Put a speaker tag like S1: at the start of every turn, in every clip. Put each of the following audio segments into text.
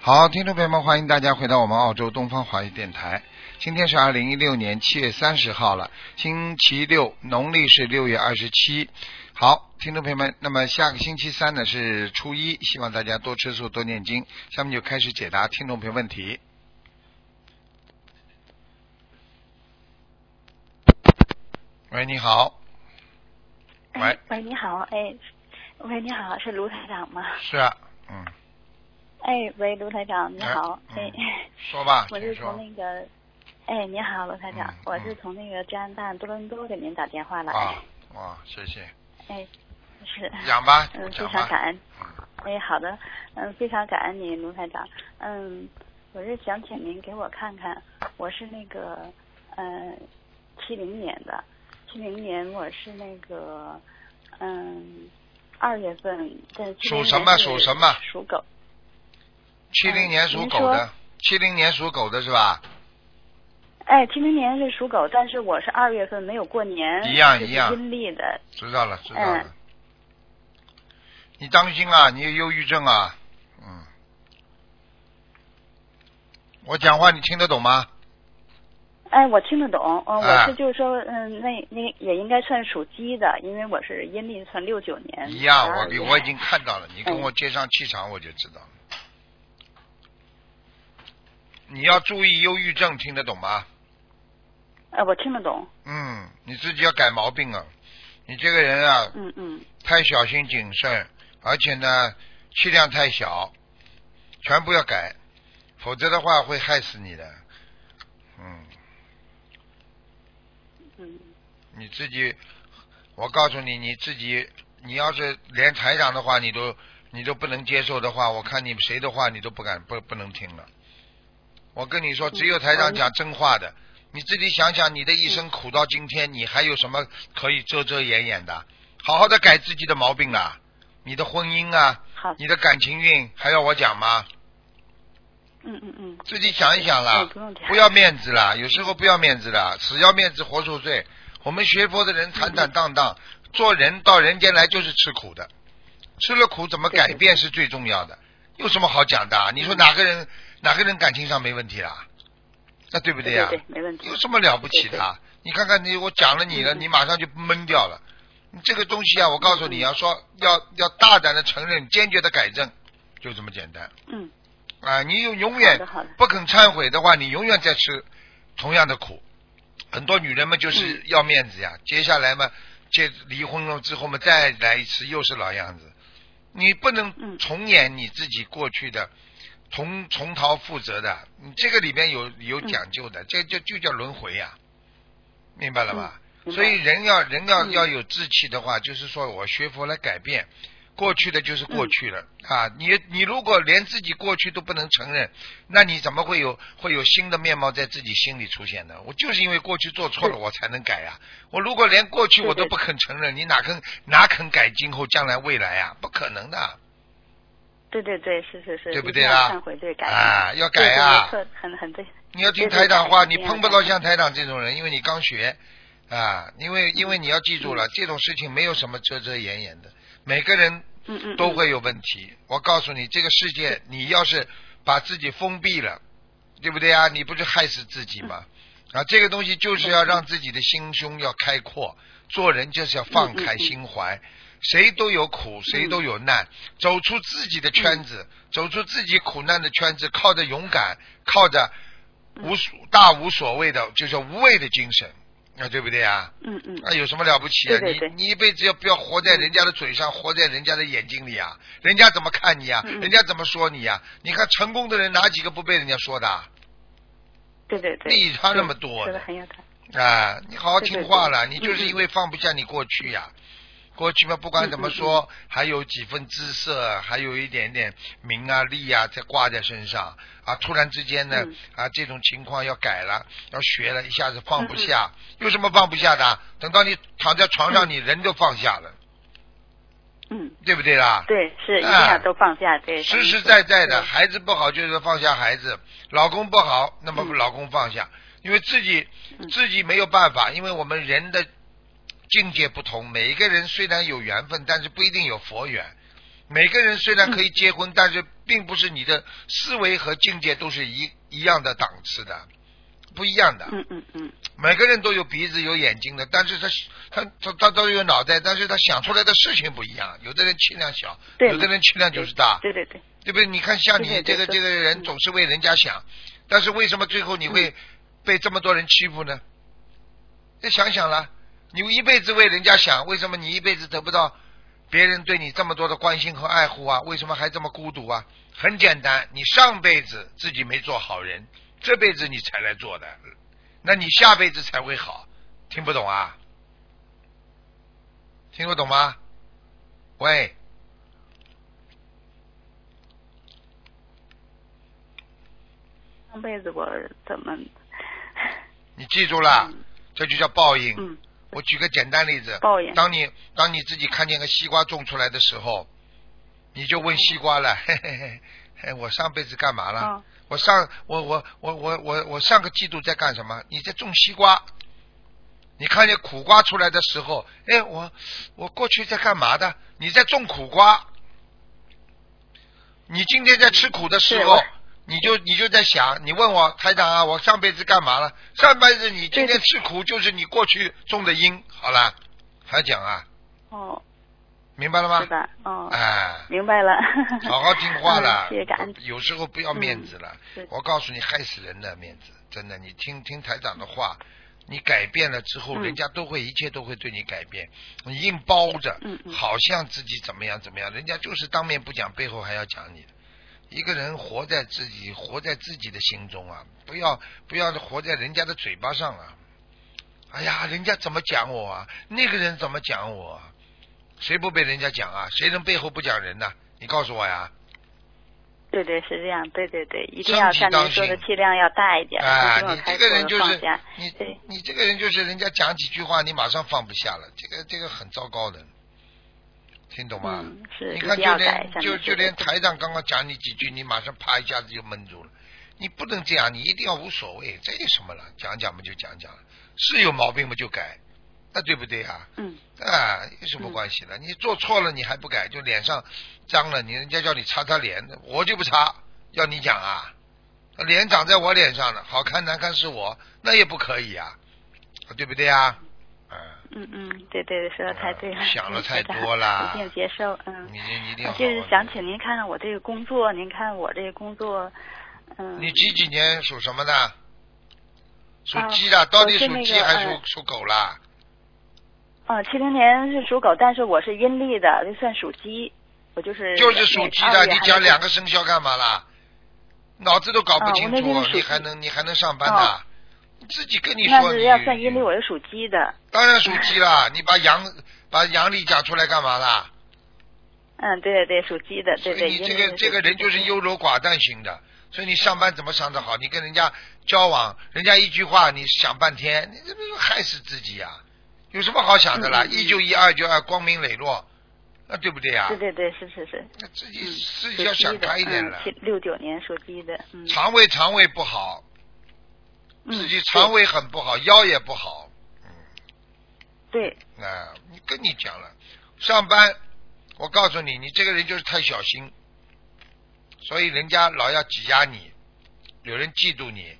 S1: 好，听众朋友们，欢迎大家回到我们澳洲东方华语电台。今天是二零一六年七月三十号了，星期六，农历是六月二十七。好，听众朋友们，那么下个星期三呢是初一，希望大家多吃素，多念经。下面就开始解答听众朋友问题。喂，你好。
S2: 哎
S1: 喂，，
S2: 喂，你好，哎，喂，你好，是卢台长吗？
S1: 是啊，嗯，
S2: 哎，喂，卢台长，你好，
S1: 哎
S2: 哎，
S1: 说吧，
S2: 我
S1: 请
S2: 是
S1: 说
S2: 从。那个，哎，你好，卢台长
S1: 嗯，
S2: 我
S1: 嗯
S2: 是从那个加拿大多伦多给您打电话来，
S1: 啊，哇，谢谢。
S2: 哎，是，
S1: 讲吧，
S2: 嗯，非
S1: 讲
S2: 常
S1: 吧。
S2: 感恩，
S1: 嗯
S2: 哎，好的，嗯，非常感恩您，卢台长，嗯，我是想请您给我看看，我是那个，嗯、七零年的，七零年我是那个，嗯，二月份在
S1: 属什么属什么
S2: 属狗。
S1: 七零年属狗的，七零年属狗的是吧？
S2: 哎，七零年是属狗，但是我是二月份没有过年，
S1: 一样
S2: 这是
S1: 一样
S2: 阴历的。
S1: 知道了，知道了。你当心啊，你有忧郁症啊，嗯。我讲话你听得懂吗？
S2: 哎，我听得懂，嗯、
S1: 哎
S2: 我是就是说，嗯，那那也应该算属鸡的，因为我是阴历算六九年。
S1: 嗯一样，
S2: 12
S1: 我
S2: 月
S1: 我已经看到了，你跟
S2: 嗯
S1: 我接上气场我就知道了。你要注意忧郁症，听得懂吗？
S2: 哎，我听得懂，
S1: 嗯，你自己要改毛病啊！你这个人啊，
S2: 嗯嗯，
S1: 太小心谨慎，而且呢气量太小，全部要改，否则的话会害死你的。嗯，
S2: 嗯，
S1: 你自己，我告诉你，你自己，你要是连台长的话你都你都不能接受的话，我看你谁的话你都不敢不不能听了。我跟你说，只有台长讲真话的。你自己想想，你的一生苦到今天，你还有什么可以遮遮掩掩的？好好的改自己的毛病啊，你的婚姻啊，
S2: 好，
S1: 你的感情运还要我讲吗？
S2: 嗯嗯嗯，
S1: 自己想一想
S2: 哎，
S1: 啦，
S2: 不用讲，
S1: 啊不要面子啦，有时候不要面子啦，死要面子活受罪。我们学佛的人坦坦荡荡，做人到人间来就是吃苦的，吃了苦怎么改变是最重要的。有什么好讲的啊？你说哪个人哪个人感情上没问题啦？那对不
S2: 对
S1: 呀、
S2: 对，没问题
S1: 有，什么了不起的啊？你看看你，我讲了你了，
S2: 嗯嗯
S1: 你马上就闷掉了。你这个东西啊，我告诉你
S2: 嗯
S1: 要说要要大胆的承认，坚决的改正，就这么简单
S2: 嗯，
S1: 啊！你永永
S2: 好
S1: 远
S2: 的好的，
S1: 不肯忏悔的话，你永远在吃同样的苦。很多女人们
S2: 嗯
S1: 就是要面子呀，接下来嘛，这离婚了之后嘛，再来一次又是老样子。你不能
S2: 嗯
S1: 重演你自己过去的重重蹈覆辙的，你这个里面有有
S2: 嗯
S1: 讲究的，这就就叫轮回呀、明白了吧？
S2: 明白
S1: 所以人要人要、
S2: 嗯
S1: 要有志气的话，就是说我学佛来改变，过去的就是过去
S2: 嗯
S1: 了、啊！你你如果连自己过去都不能承认，那你怎么会有会有新的面貌在自己心里出现呢？我就是因为过去做错了，我才能改呀、我如果连过去我都不肯承认，你哪肯哪肯改今后将来未来呀、不可能的
S2: 对对对，是是是，
S1: 对不
S2: 一
S1: 对
S2: 定要
S1: 啊
S2: 忏悔对改，
S1: 啊！要
S2: 对
S1: 改呀、
S2: 对特很很对，
S1: 你要听
S2: 对对
S1: 台长话，
S2: 改
S1: 你
S2: 一定要
S1: 碰不到
S2: 改
S1: 像台长这种人，因为你刚学啊，因为因为你要记住了，这种事情没有什么遮遮掩掩的，每个人
S2: 嗯嗯，
S1: 都
S2: 嗯，
S1: 会有问题。我告诉你，这个世界，你要是把自己封闭了，对不对啊？你不是害死自己吗？
S2: 嗯
S1: 啊，这个东西就是要让自己的心胸要开阔，做人就是要放开心
S2: 嗯
S1: 怀。谁都有苦，谁都有难，走出自己的圈子，
S2: 嗯
S1: 走出自己苦难的圈子，靠着勇敢，靠着无所
S2: 嗯
S1: 大无所谓的，就是无畏的精神，啊，对不对啊？
S2: 嗯嗯，
S1: 那有什么了不起啊？
S2: 对对嗯对
S1: 你你一辈子要不要活在人家的嘴上，活在人家的眼睛里啊？人家怎么看你啊？
S2: 嗯嗯
S1: 人家怎么说你啊？你看成功的人哪几个不被人家说的啊？
S2: 对对对，
S1: 利他那么多
S2: 说
S1: 呢
S2: 的很有道理。
S1: 啊，你好好听话了，
S2: 对对
S1: 你就是因为放不下你过去呀、过去嘛，不管怎么说，还有几分姿色，还有一点点名啊利啊，在挂在身上啊。突然之间呢，
S2: 嗯
S1: 啊，这种情况要改了，要学了，一下子
S2: 嗯
S1: 放不下，有什么放不下的啊？等到你躺在床上，
S2: 嗯
S1: 你人都放下了，
S2: 嗯，
S1: 对不对啦？
S2: 对，是一定
S1: 哎
S2: 要都放下，对，
S1: 实实在在的，
S2: 对
S1: 孩子不好就是放下孩子，老公不好，那么
S2: 嗯
S1: 老公放下，因为自己
S2: 嗯
S1: 自己没有办法，因为我们人的境界不同，每一
S2: 嗯
S1: 个人虽然有缘分，但是不一定有佛缘。每个人虽然可以结婚，但是并不是你的思维和境界都是一一样的档次的，不一样的。
S2: 嗯嗯嗯，
S1: 每个人都有鼻子有眼睛的，但是他他他他都有脑袋，但是他想出来的事情不一样。有的人气量小，
S2: 对
S1: 有的人气量就是大，
S2: 对对对，
S1: 对不对？你看像你
S2: 对对
S1: 这个
S2: 对
S1: 这个人
S2: 嗯
S1: 总是为人家想，但是为什么最后你会被这么多人欺负呢？再想想了，你一辈子为人家想，为什么你一辈子得不到别人对你这么多的关心和爱护啊？为什么还这么孤独啊？很简单，你上辈子自己没做好人，这辈子你才来做的，那你下辈子才会好。听不懂啊？听不懂吗？喂，
S2: 上辈子我怎么，
S1: 你记住了，
S2: 嗯
S1: 这就叫报应。
S2: 嗯
S1: 我举个简单例子，
S2: 报应
S1: 当你当你自己看见个西瓜种出来的时候，你就问西瓜了，嘿嘿嘿嘿，我上辈子干嘛了？
S2: 啊
S1: 我上我我我我我我上个季度在干什么？你在种西瓜，你看见苦瓜出来的时候，哎，我我过去在干嘛的？你在种苦瓜，你今天在吃苦的时
S2: 对
S1: 候
S2: 我，
S1: 你就你就在想，你问我台长啊，我上辈子干嘛了？上辈子你今
S2: 对
S1: 天吃苦就是你过去种的因，好了，还讲啊，
S2: 哦，
S1: 明白了吗
S2: 是？吧？哦，
S1: 哎，
S2: 明白了，
S1: 好好听话了
S2: 嗯，谢谢感恩
S1: 有时候不要面子了。
S2: 嗯是
S1: 我告诉你，害死人的面子，真的。你听听台长的话，你改变了之后，
S2: 嗯
S1: 人家都会一切都会对你改变。你硬包着，
S2: 嗯嗯
S1: 好像自己怎么样怎么样，人家就是当面不讲，背后还要讲你的。一个人活在自己，活在自己的心中啊，不要不要活在人家的嘴巴上啊。哎呀，人家怎么讲我啊？那个人怎么讲我、啊？谁不被人家讲啊？谁能背后不讲人呢、你告诉我呀！
S2: 对对是这样，对对对，一定
S1: 身
S2: 要
S1: 体
S2: 像
S1: 当
S2: 您说的
S1: 心
S2: 气量要大一点，
S1: 啊，
S2: 从我
S1: 你
S2: 开
S1: 这
S2: 始
S1: 个人就
S2: 放
S1: 是
S2: 下，
S1: 你
S2: 对，
S1: 你这个人就是人家讲几句话，你马上放不下了，这个这个很糟糕的，听懂吗？
S2: 嗯，是
S1: 你
S2: 一
S1: 看
S2: 定
S1: 就
S2: 要改
S1: 连，
S2: 像
S1: 就
S2: 您
S1: 就
S2: 说
S1: 连
S2: 的，
S1: 台长刚刚讲你几句，你马上啪一下子就闷住了，你不能这样，你一定要无所谓，这有什么了？讲讲嘛就讲讲了，是有毛病嘛就改，那对不对啊？
S2: 嗯，
S1: 啊，有什么关系呢？你做错了你还不改，就脸上脏了，你人家叫你擦擦脸，我就不擦，要你讲啊？脸长在我脸上了，啊好看难看是我，那也不可以啊，对不对啊？嗯，
S2: 嗯嗯，对对对，说的太对了。
S1: 嗯 想了
S2: 嗯
S1: 太
S2: 台长
S1: 多啦
S2: 一定接受，嗯。
S1: 你你一定要 好
S2: 我
S1: 好
S2: 就是想请您看看我这个工作，您看我这个工作，嗯。
S1: 你几几年属什么的？属
S2: 啊
S1: 鸡的，到底
S2: 我是
S1: 属
S2: 那
S1: 鸡
S2: 个
S1: 还属
S2: 呃
S1: 属狗啦？
S2: 呃，七零年是属狗，但是我是阴历的，就算属鸡，我就是
S1: 就是属鸡
S2: 那
S1: 的，
S2: 二月
S1: 你
S2: 还
S1: 讲
S2: 没
S1: 两个生肖干嘛啦？脑子都搞不
S2: 啊
S1: 清
S2: 我那天
S1: 楚哦
S2: 是，属
S1: 你
S2: 鸡
S1: 还能你还能上班呢
S2: 啊？
S1: 自己跟你
S2: 那
S1: 说，
S2: 是
S1: 你
S2: 要算阴历，我是属鸡的，
S1: 当然属鸡啦，你把阳把阳历讲出来干嘛啦？
S2: 嗯，对对对，属鸡的，对
S1: 所
S2: 对。
S1: 以你
S2: 阴
S1: 这
S2: 历
S1: 个这个人就是
S2: 属鸡
S1: 优柔寡断型的，所以你上班怎么上得好？你跟人家交往，人家一句话你想半天，你这不是害死自己呀、有什么好想的啦？
S2: 嗯嗯嗯
S1: 一就一，二就二，光明磊落，那对不对呀、
S2: 对对对，是是是，
S1: 那自己
S2: 嗯，
S1: 自
S2: 属
S1: 己要
S2: 鸡
S1: 想
S2: 的
S1: 开一点
S2: 嗯
S1: 了。
S2: 七六九年属鸡的，嗯，
S1: 肠胃肠胃不好，
S2: 嗯
S1: 自己肠胃很不好，腰也不好。
S2: 对，
S1: 啊，你跟你讲了，上班，我告诉你，你这个人就是太小心，所以人家老要挤压你，有人嫉妒你，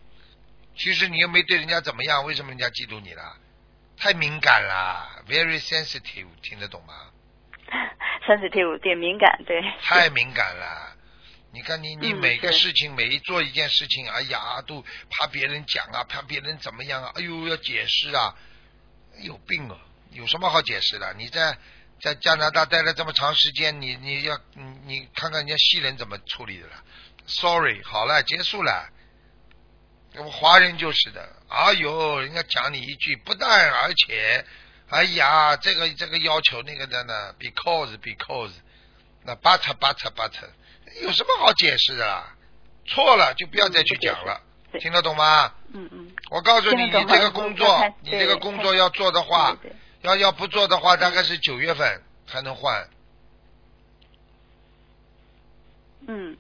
S1: 其实你又没对人家怎么样，为什么人家嫉妒你了？太敏感啦，very sensitive，听得懂吗？
S2: 三十六对敏感，对，
S1: 太敏感了。你看你你
S2: 嗯
S1: 每个
S2: 对
S1: 事情，每一做一件事情，哎呀，都怕别人讲啊，怕别人怎么样啊，哎呦要解释啊，有病啊，有什么好解释的？你在在加拿大待了这么长时间，你你要你你看看人家西人怎么处理的了？Sorry，好了，结束了。我们华人就是的，哎呦，人家讲你一句，不但而且，哎呀，这个这个要求那个的呢，because because，那 but but but，有什么好解释的啦？错了就不要再去讲了，
S2: 对
S1: 听得懂吗？
S2: 嗯嗯，
S1: 我告诉你，
S2: 听得
S1: 你
S2: 懂
S1: 这个
S2: 我
S1: 工
S2: 我
S1: 作
S2: 看，
S1: 你
S2: 对嗯
S1: 这个工作要做的话，
S2: 对对
S1: 要要不做的话，大概是九月份才能换，
S2: 嗯，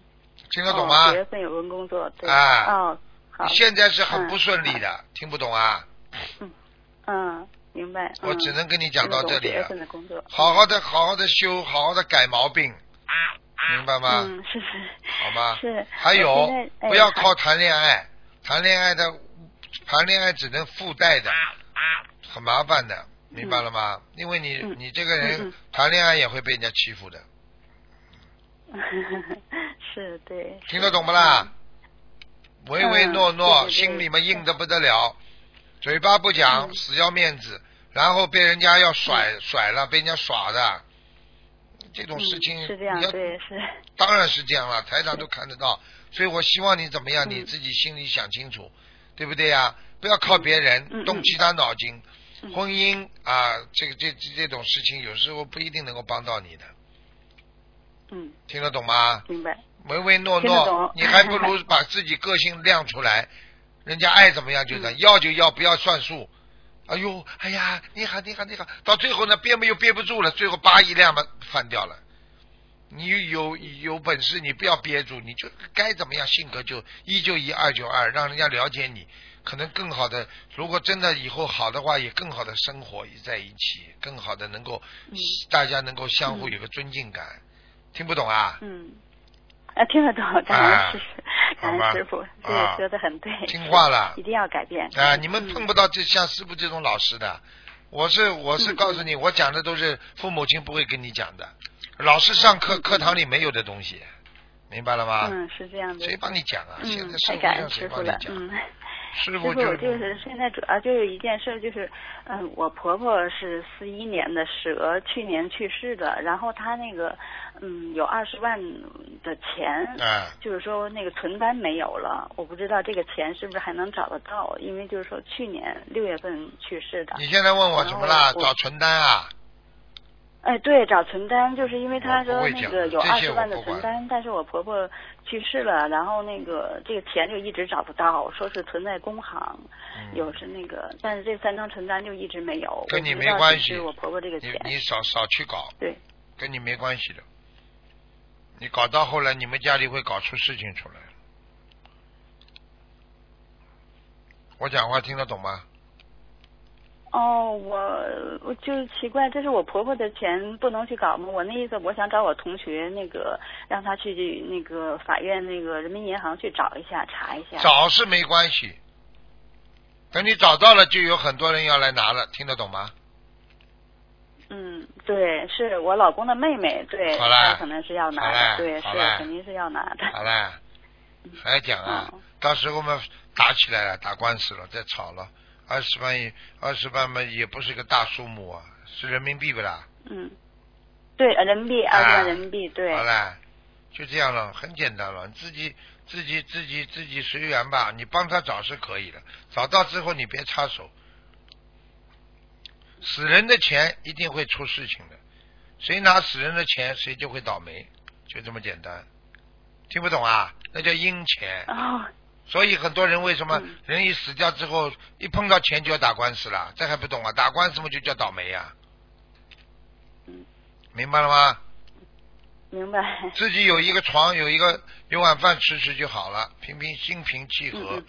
S1: 听得懂吗
S2: 哦九？月份有份工作，对，
S1: 哎
S2: 哦，好
S1: 你，现在是很不顺利的，听不懂啊？
S2: 嗯，明白。
S1: 我只能跟你讲到这里
S2: 了。九月
S1: 了。
S2: 份的工作，
S1: 好好的，好好的修，好好的改毛病，明白吗？
S2: 嗯，是是。
S1: 好吗？
S2: 是。
S1: 还
S2: 我
S1: 有
S2: 现在，哎
S1: 不要
S2: 好
S1: 靠谈恋爱，谈恋爱的，谈恋爱只能附带的，很麻烦的，明白了吗？因为你
S2: 嗯
S1: 你这个
S2: 嗯
S1: 人
S2: 嗯
S1: 谈恋爱也会被人家欺负的，
S2: 是对。
S1: 听得懂不啦？唯唯诺
S2: 嗯
S1: 诺，
S2: 对对对
S1: 心里面硬的不得了，嘴巴不讲，
S2: 嗯
S1: 死要面子，然后被人家要甩甩了，被人家耍的，这种
S2: 嗯
S1: 事情
S2: 是这样
S1: 你要，
S2: 对，是
S1: 当然是这样了，台长都看得到，所以我希望你怎么样，
S2: 嗯
S1: 你自己心里想清楚，对不对呀、不要靠别
S2: 嗯
S1: 人
S2: 嗯
S1: 动其他脑筋，
S2: 嗯
S1: 婚姻啊，这个这这这种事情有时候不一定能够帮到你的，
S2: 嗯，
S1: 听得懂吗？
S2: 明白。
S1: 唯唯诺
S2: 听得
S1: 诺
S2: 懂，
S1: 你还不 如把自己个性亮出来，人家爱怎么样就怎样，
S2: 嗯
S1: 要就要，不要算数。哎呦，哎呀，你好，你好，你好，到最后呢，憋嘛又憋不住了，最后叭一亮嘛，翻掉了。你有有本事，你不要憋住，你就该怎么样，性格就一就一，二就二，让人家了解你，可能更好的。如果真的以后好的话，也更好的生活在一起，更好的能够、
S2: 嗯
S1: 大家能够相互有个尊敬感。听不懂啊？
S2: 嗯，啊，听得懂，感
S1: 啊
S2: 恩师傅，感
S1: 好吧
S2: 恩师傅，这
S1: 啊
S2: 个说的很对，
S1: 听话了
S2: 一定要改变
S1: 啊，你们碰
S2: 嗯
S1: 不到这像师傅这种老师的，我是我是
S2: 嗯
S1: 告诉你，我讲的都是父母亲不会跟你讲的，老师上课
S2: 嗯
S1: 课堂里没有的东西，明白了吗？
S2: 嗯，是这样的，
S1: 谁帮你讲啊？现
S2: 嗯
S1: 在，社
S2: 太
S1: 会
S2: 感恩
S1: 上
S2: 师
S1: 谁
S2: 傅
S1: 帮你
S2: 了，
S1: 讲？
S2: 嗯。
S1: 师
S2: 师傅，
S1: 傅
S2: 我就是现在主要就是一件事儿，就是，嗯、我婆婆是四一年的蛇，去年去世的，然后她那个，嗯，有二十万的钱，
S1: 啊，
S2: 就是说那个存单没有了，我不知道这个钱是不是还能找得到，因为就是说去年六月份去世的。
S1: 你现在问我什么啦
S2: 然？后我
S1: 找存单啊？
S2: 哎，对，找存单，就是因为他
S1: 我不
S2: 说
S1: 会
S2: 那
S1: 讲
S2: 个
S1: 的
S2: 有
S1: 这
S2: 二
S1: 些
S2: 十
S1: 我
S2: 万的
S1: 不
S2: 存
S1: 管
S2: 单，但是我婆婆去世了，然后那个这个钱就一直找不到，说是存在工行，
S1: 嗯
S2: 有是那个，但是这三张存单就一直没有。
S1: 跟
S2: 我
S1: 你
S2: 不
S1: 没
S2: 知道是
S1: 关
S2: 不
S1: 系
S2: 是我婆婆这个
S1: 你
S2: 钱，
S1: 你少少去搞，
S2: 对，
S1: 跟你没关系的。你搞到后来，你们家里会搞出事情出来。我讲话听得懂吗？
S2: 哦，我我就是奇怪，这是我婆婆的钱不能去搞吗？我那意思，我想找我同学那个，让他去那个法院那个人民银行去找一下，查一下。
S1: 找是没关系，等你找到了，就有很多人要来拿了，听得懂吗？
S2: 嗯，对，是我老公的妹妹，对，
S1: 好啦
S2: 她可能是要拿
S1: 好啦
S2: 的，对，
S1: 好啦
S2: 是肯定是要拿的。
S1: 好了，还要讲啊
S2: 嗯，
S1: 到时候我们打起来了，打官司了，再吵了，二十万也二十万嘛，也不是个大数目啊，是人民币不啦？
S2: 嗯，对，人民币二十万人民币，对
S1: 啊好，了，就这样了，很简单了，你自己自己自己自己随缘吧，你帮他找是可以的，找到之后你别插手。死人的钱一定会出事情的，谁拿死人的钱，谁就会倒霉，就这么简单。听不懂啊？那叫阴钱。
S2: 哦，
S1: 所以很多人为什么
S2: 嗯
S1: 人一死掉之后，一碰到钱就要打官司了？这还不懂啊？打官司嘛就叫倒霉呀、
S2: 嗯
S1: 明白了吗？
S2: 明白，
S1: 自己有一个床，有一个有碗饭吃吃就好了，平平心平气和。
S2: 嗯嗯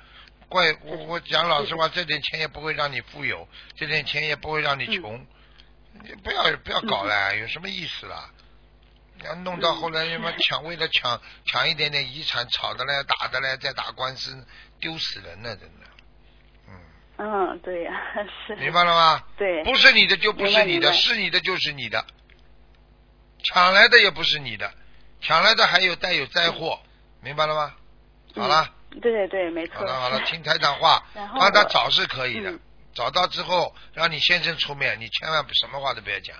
S1: 怪我我讲老实话，这点钱也不会让你富有，这点钱也不会让你穷，你
S2: 嗯
S1: 不要不要搞了，有什么意思啦？要弄
S2: 嗯
S1: 到后来什 么抢，为了抢抢一点点遗产，吵的嘞，打的嘞，再打官司，丢死人了，真的。 嗯，
S2: 嗯，对呀、是，
S1: 明白了吗？
S2: 对，
S1: 不是你的就不是你
S2: 明白明
S1: 的，
S2: 白
S1: 是你的就是你的，抢来的也不是你的，抢来的还有带有灾祸，明白了吗？
S2: 嗯
S1: 好了，
S2: 对对对，没错，
S1: 好了好了，
S2: 是
S1: 听台长话，
S2: 嗯然后
S1: 帮他
S2: 我
S1: 找是可以的
S2: 嗯，
S1: 找到之后让你先生出面，你千万不什么话都不要讲。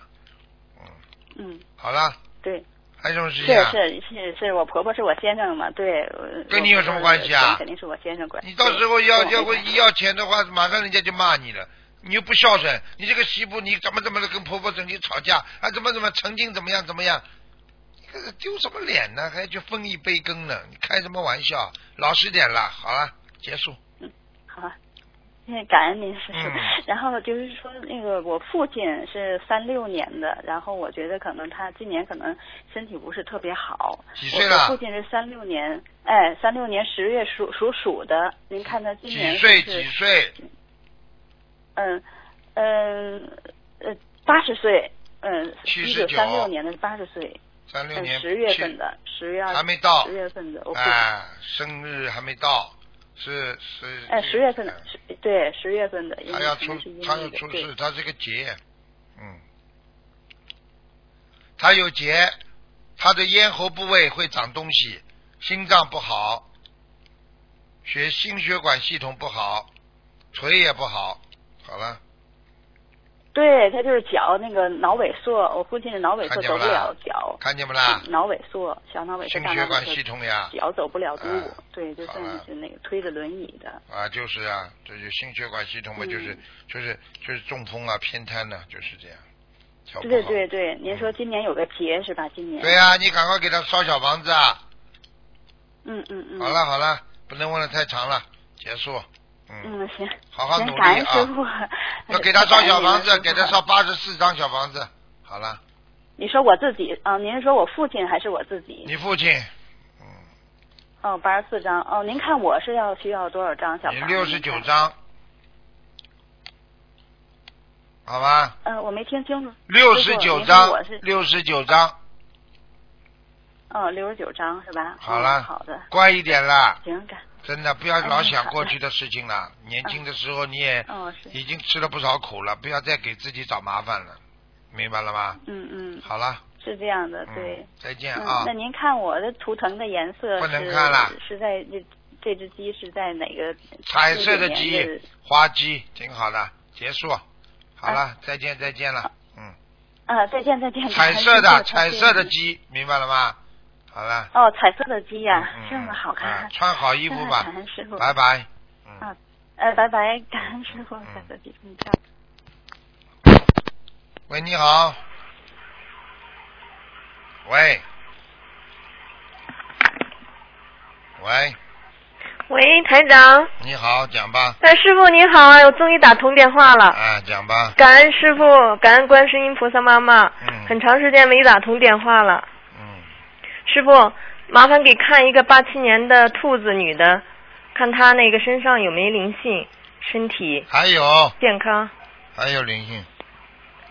S2: 嗯，
S1: 好了，
S2: 对。
S1: 还有什么事
S2: 是
S1: 情啊？
S2: 是是是我婆婆是我先生嘛，对。呃
S1: 跟你有什么
S2: 我婆婆
S1: 关系啊
S2: 肯定是我先生管。
S1: 你到时候要
S2: 对
S1: 要
S2: 跟我没关系
S1: 要钱的话，马上人家就骂你了。你又不孝顺，你这个媳妇你怎么怎么的跟婆婆整天吵架啊？怎么怎么曾经怎么样怎么样？你这个丢什么脸呢？还去分一杯羹呢？你开什么玩笑？老实点啦，好了，结束。
S2: 好，谢谢感恩您师傅。
S1: 嗯
S2: 然后就是说，那个我父亲是三六年的，然后我觉得可能他今年可能身体不是特别好。
S1: 几岁
S2: 我我父
S1: 了？
S2: 亲是三六年，哎，三六年十月属属鼠的。您看他今年
S1: 几
S2: 是
S1: 岁？几岁？
S2: 嗯嗯呃八十岁，嗯，嗯
S1: 79
S2: 一九三六年的八十岁，
S1: 三六年
S2: 嗯，十月份的，十月二
S1: 还没到
S2: 十月份的，
S1: 去，
S2: 我不，
S1: 哎，生日还没到，是是。
S2: 哎，十月份
S1: 哎
S2: 的，十对，十月份的，因
S1: 他
S2: 为
S1: 要
S2: 可
S1: 出
S2: 嗯能是因，
S1: 他
S2: 为
S1: 要
S2: 的
S1: 出
S2: 对
S1: 事，他这个劫，嗯，他有劫，他的咽喉部位会长东西，心脏不好，血心血管系统不好，腿也不好，好了，
S2: 对，他就是脚那个脑萎缩，我父亲的脑萎
S1: 看
S2: 缩
S1: 见
S2: 走不
S1: 了
S2: 了脚，
S1: 看见不啦？
S2: 脑萎缩，小脑萎缩，
S1: 心
S2: 大脑
S1: 血管
S2: 萎
S1: 系
S2: 缩，
S1: 统呀，
S2: 脚走不了路，
S1: 哎
S2: 对，就
S1: 好
S2: 算
S1: 了
S2: 是那个推着轮椅的，
S1: 啊，就是啊，这就心血管系统嘛，就是
S2: 嗯
S1: 就是就是中风啊、偏瘫呐、就是这样，调不
S2: 对
S1: 好
S2: 对对，您说今年有个节是吧？今年
S1: 对呀、你赶快给他烧小房子啊！
S2: 嗯嗯嗯，
S1: 好了好了，不能问的太长了，结束。嗯，
S2: 嗯行，
S1: 好好
S2: 行
S1: 努
S2: 感
S1: 力
S2: 恩师
S1: 啊！
S2: 傅，
S1: 要给他烧小房子，给他
S2: 烧。
S1: 烧八十四张小房子。好了，
S2: 你说我自己啊、您说我父亲还是我自己？
S1: 你父亲，嗯
S2: 哦，八十四张哦，您看我是要需要多少张小
S1: 你
S2: 房子？
S1: 六十九
S2: 您看。
S1: 张，好吧？
S2: 呃，我没听清楚。
S1: 六十九
S2: 您说
S1: 张
S2: 我是，
S1: 六十九张，
S2: 哦，六十九张是吧？
S1: 好了
S2: 嗯好的，
S1: 乖一点啦！
S2: 行，感
S1: 真的，不要老
S2: 嗯
S1: 想
S2: 好
S1: 过
S2: 的
S1: 去的事情了。
S2: 嗯
S1: 年轻的时候你也
S2: 哦是，
S1: 已经吃了不少苦了，不要再给自己找麻烦了，明白了吗？
S2: 嗯嗯，
S1: 好了，
S2: 是这样的，对
S1: 嗯。，再见
S2: 嗯
S1: 啊，
S2: 那。您看我的图腾的颜色
S1: 不能
S2: 是
S1: 看了
S2: 是在这这只鸡是在哪个？
S1: 彩色的
S2: 哪个
S1: 鸡
S2: 年日，
S1: 花鸡，挺好的，结束，好了，再见再见了，嗯，
S2: 啊，再见再见。
S1: 彩色的
S2: 感
S1: 彩
S2: 恩师傅
S1: 色的。鸡，明白了吗？好了，
S2: 嗯哦，彩色的鸡呀、
S1: 嗯嗯
S2: 这么好看。啊
S1: 嗯穿好衣服吧
S2: 感，恩师傅。
S1: 拜拜，嗯
S2: 啊。呃，拜拜，感恩师傅，
S1: 嗯
S2: 彩色鸡，嗯。
S1: 喂，你好。喂。喂，
S3: 喂，台长，
S1: 你好，讲吧，
S3: 哎，师傅您好啊，我终于打通电话了，
S1: 啊，讲吧，
S3: 感恩师傅，感恩观世音菩萨妈妈，
S1: 嗯
S3: 很长时间没打通电话了，
S1: 嗯，
S3: 师傅，麻烦给看一个八七年的兔子女的，看她那个身上有没灵性，身体
S1: 还有
S3: 健康，
S1: 还有灵性，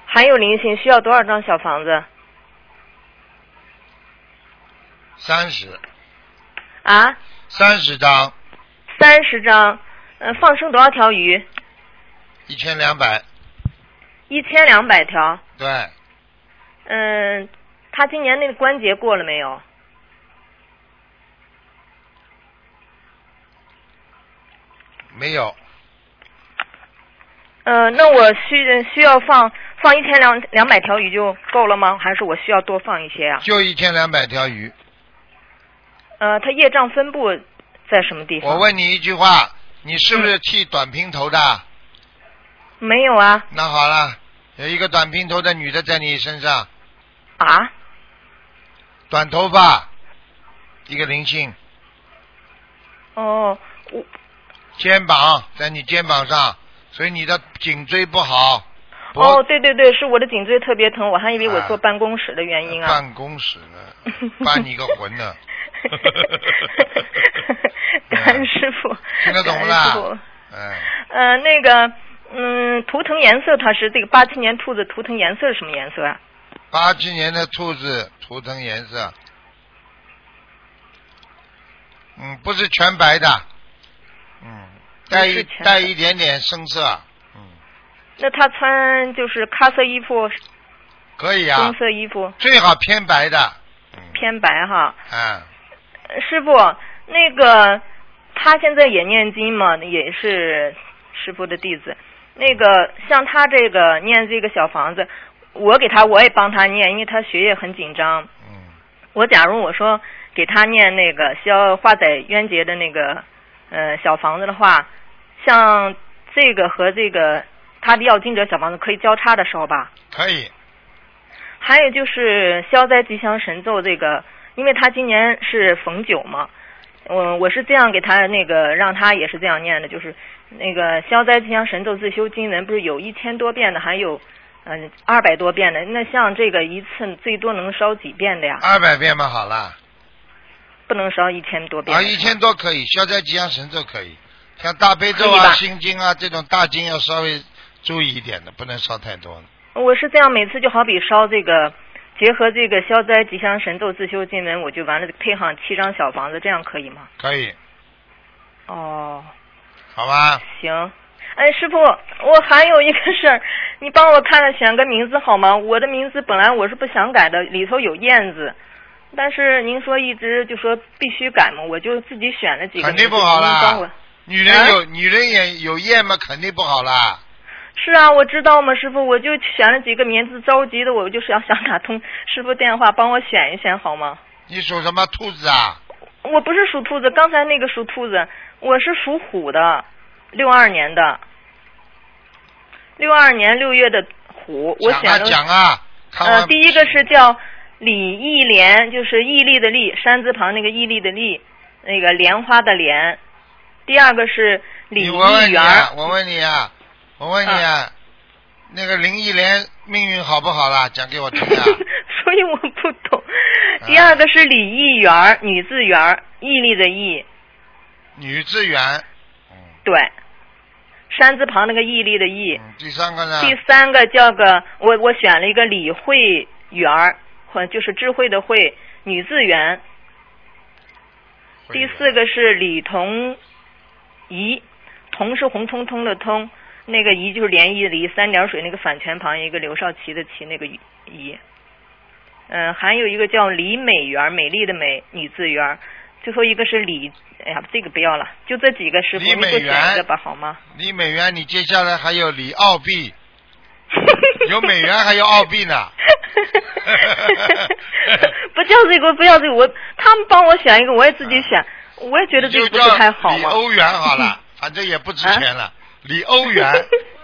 S3: 还有灵性需要多少张小房子
S1: 三十
S3: 啊？
S1: 三十张，
S3: 三十张，嗯、放生多少条鱼？
S1: 一千两百，
S3: 一千两百条，
S1: 对，
S3: 嗯、她今年那个关节过了没有？
S1: 没有，
S3: 呃，那我需需要放放一千两两百条鱼就够了吗？还是我需要多放一些呀、
S1: 就一千两百条鱼。
S3: 呃，它业障分布在什么地方？嗯
S1: 我问你一句话，你是不是剃短平头的？
S3: 没有啊
S1: 那好了，有一个短平头的女的在你身上，
S3: 啊！
S1: 短头发，一个灵性，
S3: 哦，我
S1: 肩膀在你肩膀上，所以你的颈椎不好，
S3: 哦，
S1: 脖、
S3: 对对对，是我的颈椎特别疼，我还以为我
S1: 啊
S3: 坐办公室的原因啊。！
S1: 办公室呢，办你个魂呢
S3: 感恩师傅，
S1: 嗯听得懂不
S3: 感恩
S1: 啦
S3: 师傅？
S1: 嗯，
S3: 呃，那个，嗯，图腾颜色它是这个八七年兔子图腾颜色是什么颜色啊？
S1: 八七年的兔子图腾颜色，嗯，不是全白的，嗯，带
S3: 不
S1: 一
S3: 是全白
S1: 带一点点深色，嗯，
S3: 那他穿就是咖色衣服、
S1: 可以啊
S3: 棕，色衣服，
S1: 最好偏白的，嗯，
S3: 偏白哈。
S1: 啊，
S3: 呃师傅，那个他现在也念经嘛，也是师傅的弟子。那个像他这个念这个小房子，我给他我也帮他念，因为他学业很紧张。
S1: 嗯，
S3: 我假如我说给他念那个消化载冤结的那个呃小房子的话，像这个和这个他的要经者小房子可以交叉的烧吧。
S1: 可以，
S3: 还有就是消灾吉祥神咒这个，因为他今年是逢九嘛，我我是这样给他那个让他也是这样念的，就是那个消灾吉祥神咒自修经文不是有一千多遍的，还有嗯二百多遍的，那像这个一次最多能烧几遍的呀？
S1: 二百遍嘛，好了，
S3: 不能烧一千多遍
S1: 啊，
S3: 的。
S1: 一千多可以，消灾吉祥神咒可以，像大悲咒
S3: 可以
S1: 啊、
S3: 吧
S1: 心经啊这种大经要稍微注意一点的，不能烧太多了。
S3: 我是这样，每次就好比烧这个结合这个消灾吉祥神咒自修经文，我就完了配上七张小房子，这样可以吗？
S1: 可以，
S3: 哦，
S1: 好
S3: 啊
S1: 吧？
S3: 行。哎，师傅，我还有一个事儿，你帮我看着选个名字好吗？我的名字本来我是不想改的，里头有燕子，但是您说一直就说必须改嘛，我就自己选了几个
S1: 肯
S3: 名字。
S1: 定不好
S3: 您帮我
S1: 啦。女人有、女人也有厌嘛，肯定不好啦。
S3: 是啊，我知道嘛，师傅，我就选了几个名字，着急的我就是要想打通师傅电话，帮我选一选好吗？
S1: 你属什么兔子啊？
S3: 我不是属兔子，刚才那个属兔子，我是属虎的，六二年的，六二年六月的虎，我
S1: 讲啊
S3: 选了。
S1: 讲啊，看完、
S3: 呃，第一个是叫李义莲，就是毅力的力，山字旁那个毅力的力，那个莲花的莲。第二个是李
S1: 你我问
S3: 义
S1: 你
S3: 元
S1: 啊
S3: 儿，，
S1: 我问你啊，我问你啊，那个林忆莲命运好不好啦？讲给我听嗯啊。
S3: 所以我不懂。第二个是李义元儿，女字元儿，毅力的毅，
S1: 女志远，
S3: 对，山字旁那个毅力的毅。
S1: 嗯，第三个呢？
S3: 第三个叫个我我选了一个李慧媛儿，或就是智慧的慧，女字媛。第四个是李同怡，同是红彤彤的彤，那个怡就是涟漪的怡，三点水那个反泉旁一个刘少奇的奇那个怡。嗯，还有一个叫李美媛儿，美丽的美，女字媛儿。最后一个是李，哎呀，这个不要了，就这几个师傅，
S1: 李
S3: 你
S1: 美
S3: 给我选
S1: 媛
S3: 一个吧，好吗？
S1: 李美元，你接下来还有李澳币，有美元还有澳币呢。
S3: 不叫这个，不要这个，我他们帮我选一个，我也自己选，我也 觉得这
S1: 就
S3: 个不
S1: 叫
S3: 是太好啊
S1: 李
S3: 嘛。。
S1: 欧元好了，反正也不值钱了。李欧 元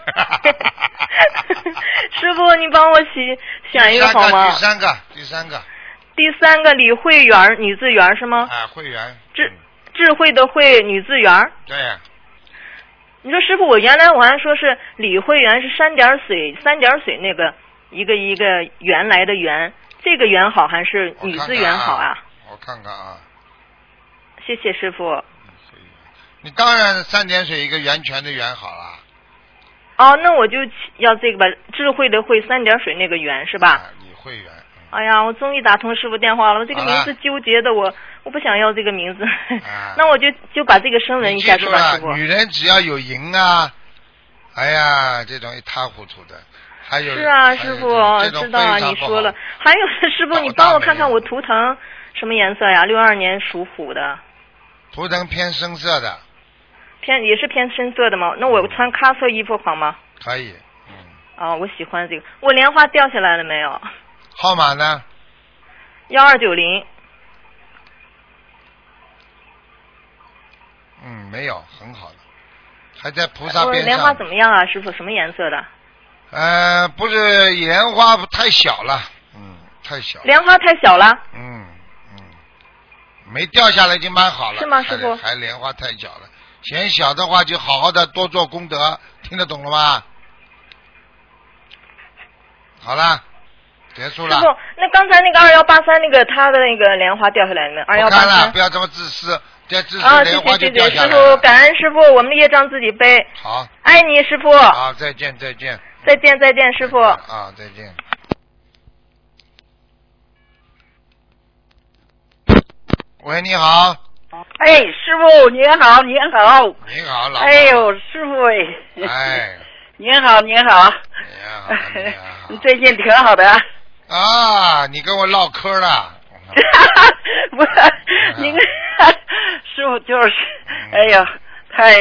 S3: 师傅，你帮我选选一个好吗
S1: 第？三个，第三个，
S3: 第三个李慧媛儿，女字媛儿是吗？
S1: 啊，会员。
S3: 智
S1: 嗯
S3: 智慧的慧，女字媛儿。
S1: 对呀，
S3: 你说师傅，我原来我还说是李慧媛是三点水，三点水那个一个一个原来的原，这个原好还是
S1: 我
S3: 女
S1: 看
S3: 字
S1: 看
S3: 原好
S1: 啊
S3: 啊？？
S1: 我看看啊，
S3: 谢谢师傅。
S1: 你当然三点水一个源泉的源好了。
S3: 哦，那我就要这个吧，智慧的慧，三点水那个圆是吧？
S1: 啊，李会员。嗯
S3: 哎呀，我终于打通师傅电话了，这个
S1: 好
S3: 名
S1: 了
S3: 字纠结的我，我不想要这个名字，
S1: 啊
S3: 那我就就把这个声纹
S1: 你
S3: 一
S1: 记
S3: 下是
S1: 住
S3: 吧，
S1: 了
S3: 师，傅？
S1: 女人只要有赢啊，哎呀，这种一塌糊涂的，还有
S3: 是啊，
S1: 还有
S3: 师
S1: 这
S3: 傅
S1: 种哎这，种
S3: 知道啊，
S1: 非常
S3: 你
S1: 不
S3: 说
S1: 好
S3: 了。还有 师傅，
S1: 倒
S3: 你
S1: 大
S3: 帮我
S1: 霉
S3: 看看
S1: 了
S3: 我图腾什么颜色呀？六二年属虎的，
S1: 图腾偏深色的
S3: 偏也是偏深色的吗？那我穿咖色衣服好吗？
S1: 可以，嗯，
S3: 哦，我喜欢这个。我莲花掉下来了没有？
S1: 号码呢？
S3: 幺二九零。
S1: 嗯，没有，很好的，还在菩萨
S3: 我
S1: 边上。
S3: 呃莲花怎么样啊，师傅？什么颜色的？
S1: 呃，不是莲花太小了，嗯，太小了，
S3: 莲花太小了。
S1: 嗯嗯，没掉下来就蛮好了。
S3: 是吗
S1: 还
S3: 师傅
S1: 还莲花太小了，嫌小的话就好好的多做功德，听得懂了吗？好啦，结束
S3: 师
S1: 了。
S3: 傅，那刚才那个二幺八三那个他的那个莲花掉下来了没？二幺
S1: 不
S3: 八
S1: 看了，
S3: 三
S1: 不。要这么自私，再自私
S3: 啊，谢
S1: 莲花就
S3: 谢谢谢
S1: 掉下来
S3: 师
S1: 了。
S3: 傅，感恩师傅，我们的业障自己背。
S1: 好，
S3: 爱你，师傅。
S1: 好，再见，再见。
S3: 再见，再见，师傅。
S1: 啊，再见。喂，你好，
S4: 哎，师傅您好，您好。
S1: 你好，老婆
S4: 哎，呦，师傅哎。
S1: 哎，
S4: 您好，您好。
S1: 你好你好
S4: 你最近挺好的啊。
S1: 啊，你跟我唠嗑 了，
S4: 不是，您师傅就是，哎呦，太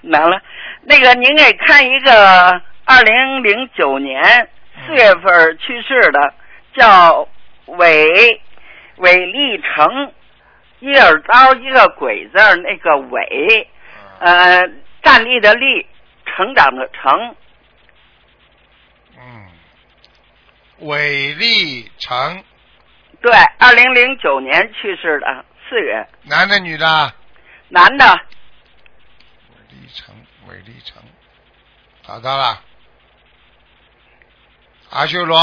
S4: 难了。那个，您给看一个二零零九年
S1: 嗯
S4: 四月份去世的，叫韦韦立成，一耳刀一个鬼字儿，那个韦。
S1: 嗯
S4: 呃，站立的立，成长的成，
S1: 嗯，韦立成，
S4: 对，二零零九年去世的，四月，
S1: 男的女的？
S4: 男的，
S1: 韦立成，韦立成，找到了，阿修罗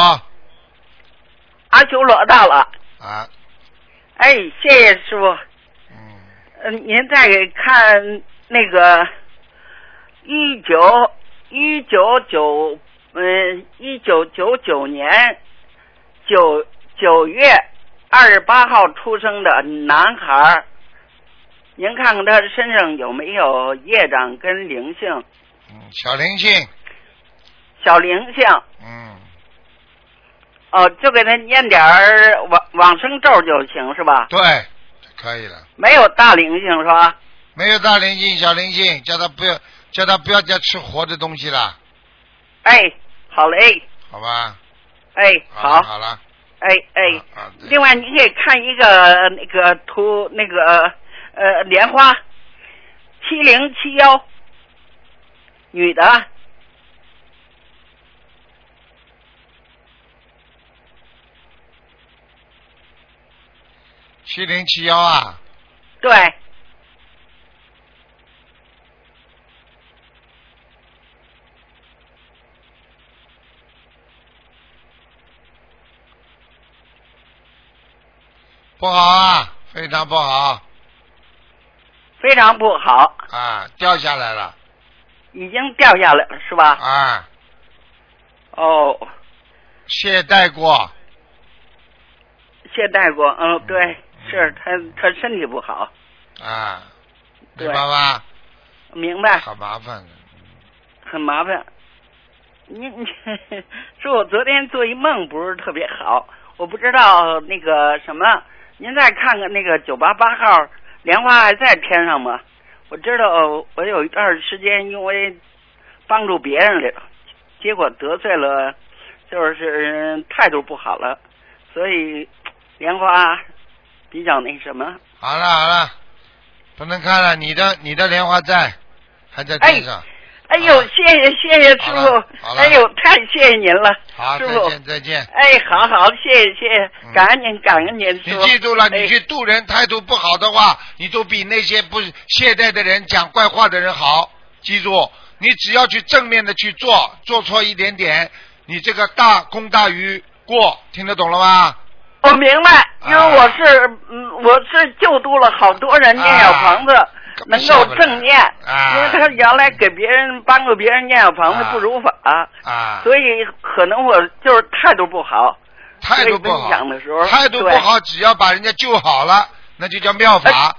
S4: 阿修罗到了。
S1: 啊，
S4: 哎，谢谢师傅。
S1: 嗯，
S4: 呃，您再给看那个一九一九九，嗯，一九九九年九九月二十八号出生的男孩儿，您看看他身上有没有业障跟灵性，
S1: 嗯，小灵性，
S4: 小灵性
S1: 嗯，
S4: 哦，就给他念点儿往往生咒就行是吧？
S1: 对，可以了。
S4: 没有大灵性是吧？
S1: 没有大灵性，小灵性，叫他不要，叫他不要再吃活的东西了，
S4: 哎，好嘞，
S1: 好吧？
S4: 哎，
S1: 了
S4: 好，
S1: 好了，啊
S4: 哎哎。
S1: 好，好
S4: 另外，你可以看一个呃那个图，那个呃莲花，七零七幺，女的，
S1: 七零七幺啊，
S4: 对，
S1: 不好啊，非常不好
S4: 非常不好，
S1: 啊，掉下来了
S4: 已经掉下来了是吧？
S1: 啊，
S4: 哦，
S1: 懈怠过，
S4: 懈怠过，嗯，对，
S1: 嗯
S4: 是她她身体不好，
S1: 啊，
S4: 对啊
S1: 明白吗？
S4: 明白，
S1: 好麻烦的，
S4: 很麻烦。你你 是我昨天做一梦不是特别好，我不知道那个什么，您再看看那个九八八号莲花还在天上吗？我知道呃我有一段时间因为帮助别人了，结果得罪了，就是嗯态度不好了，所以莲花比较那什么。
S1: 好了好了，不能看了，你的你的莲花在，还在天上，
S4: 哎呦，谢谢谢谢师
S1: 好
S4: 傅
S1: 了好，了
S4: 哎呦，太谢谢您了，
S1: 好，
S4: 师
S1: 再
S4: 傅。
S1: 见再见。
S4: 哎，好好，谢谢谢谢，感恩您，感恩您
S1: 嗯你
S4: 说。
S1: 记住了，
S4: 哎
S1: 你去渡人态度不好的话，你都比那些不懈怠的人、讲怪话的人好。记住，你只要去正面的去做，做错一点点，你这个大功大于过，听得懂了吗？
S4: 我明白，因为
S1: 啊
S4: 我是嗯，我是就读了好多人念小房子，
S1: 根本
S4: 能
S1: 受
S4: 够
S1: 不了
S4: 正念，
S1: 啊
S4: 因为他原来给别人帮助别人念小房子
S1: 啊
S4: 不如法，
S1: 啊，
S4: 所以可能我就是态度不好。
S1: 态度不
S4: 所以分享的时候
S1: 好，态度不好，只要把人家救好了，那就叫妙法。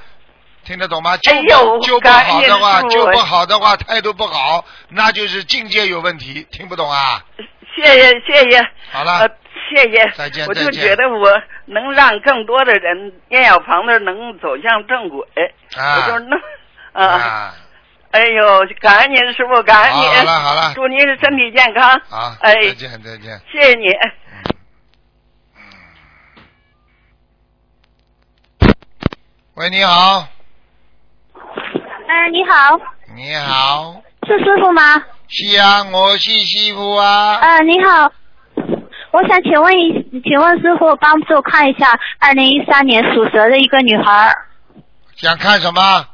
S1: 听得懂吗？救
S4: 哎呦
S1: 不救不
S4: 感
S1: 好
S4: 恩
S1: 的话，
S4: 师父
S1: 救不好的话，态度不好，那就是境界有问题。听不懂啊？
S4: 谢谢谢谢，
S1: 好了
S4: 呃，谢谢，
S1: 啊再见
S4: 我
S1: 再
S4: 就
S1: 见
S4: 觉得我能让更多的人念小房子能走向正轨，
S1: 啊
S4: 我就是那
S1: 啊，
S4: 哎呦，感恩您师傅，感恩
S1: 好
S4: 您，
S1: 好了好了
S4: 祝您身体健康。
S1: 好，
S4: 哎，
S1: 啊再见再见。嗯
S4: 谢谢你。
S1: 嗯喂，你好，
S5: 嗯，你好，
S1: 你好，
S5: 是师傅吗？
S1: 是啊，我是师傅啊。
S5: 嗯，你好，我想请问一，请问师傅帮助看一下，二零一三年属蛇的一个女孩儿，
S1: 想看什么？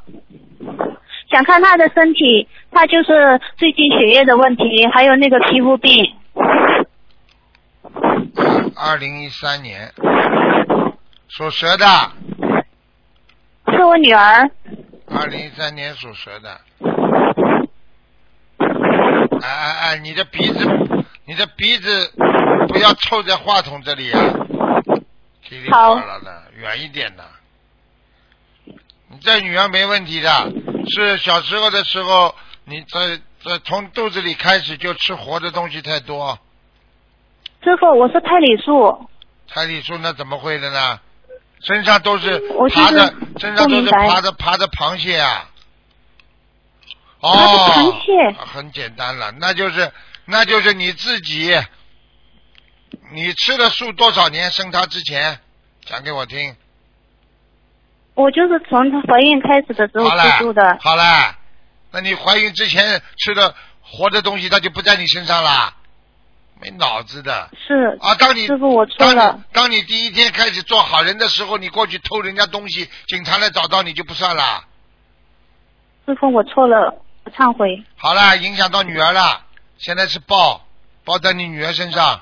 S5: 想看她的身体，她就是最近血液的问题，还有那个皮肤病。
S1: 二零一三年，属蛇的，
S5: 是我女儿，
S1: 二零一三年属蛇的。哎哎哎，你的鼻子，你的鼻子不要凑在话筒这里啊！叽里呱啦的，远一点的。你这女儿没问题的，是小时候的时候，你这这从肚子里开始就吃活的东西太多，
S5: 师傅，我是胎里素，
S1: 哦彩礼树那怎么会的呢？身上都是
S5: 我就是
S1: 爬着，身上都
S5: 不
S1: 是
S5: 明白
S1: 爬着爬着螃蟹啊。哦，
S5: 爬着螃蟹
S1: 啊很简单了，那就是那就是你自己，你吃了素多少年？生他之前，讲给我听。
S5: 我就是从她怀孕开始的时候
S1: 好了
S5: 吃素的，，
S1: 好了，那你怀孕之前吃的活的东西，它就不在你身上啦，没脑子的。
S5: 是
S1: 啊，当你
S5: 师傅我错
S1: 当
S5: 了
S1: 你，当你第一天开始做好人的时候，你过去偷人家东西，警察来找到你就不算了。
S5: 师傅我错了，我忏悔。
S1: 好了，
S5: 嗯
S1: 影响到女儿了，现在是报报在你女儿身上。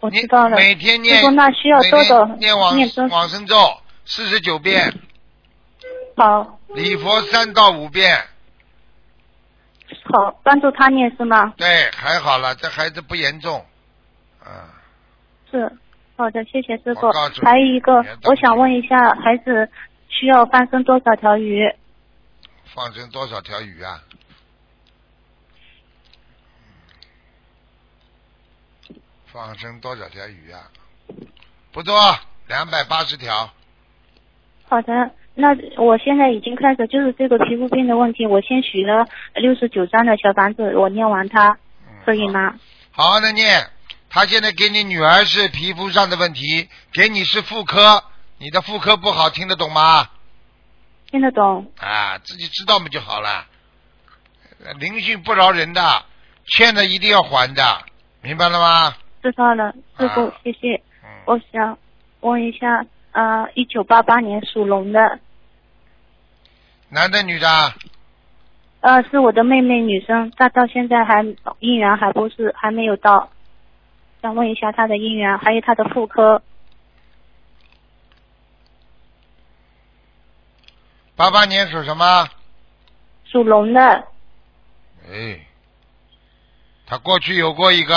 S5: 我
S1: 你
S5: 知道了，
S1: 每天念
S5: 师傅那需要
S1: 每天
S5: 多少
S1: 念往
S5: 念多少
S1: 往生咒四十九遍，
S5: 好
S1: 礼佛三到五遍。
S5: 好帮助她念是吗？
S1: 对，还好了，这孩子不严重。啊、嗯，
S5: 是，好的，谢谢师傅
S1: 我告诉。你
S5: 还有一个
S1: 别动，
S5: 我想问一下，孩子需要放生多少条鱼？
S1: 放生多少条鱼啊？放生多少条鱼啊？不多，两百八十条。
S5: 好的，那我现在已经开始，就是这个皮肤病的问题，我先许了六十九张的小房子，我念完它，
S1: 嗯
S5: 可以？吗？
S1: 好好的念。他现在给你女儿是皮肤上的问题，给你是妇科，你的妇科不好，听得懂吗？
S5: 听得懂？
S1: 啊，自己知道嘛就好了。呃灵性不饶人的，欠的一定要还的，明白了吗？
S5: 知道了，师傅，
S1: 啊
S5: 谢谢。
S1: 嗯。
S5: 我想问一下，呃，一九八八年属龙的，
S1: 男的啊女的？
S5: 呃，是我的妹妹，女生，她到现在还姻缘还不是还没有到，想问一下她的姻缘，还有她的妇科，
S1: 八八年属什么？
S5: 属龙的，
S1: 哎，他过去有过一个，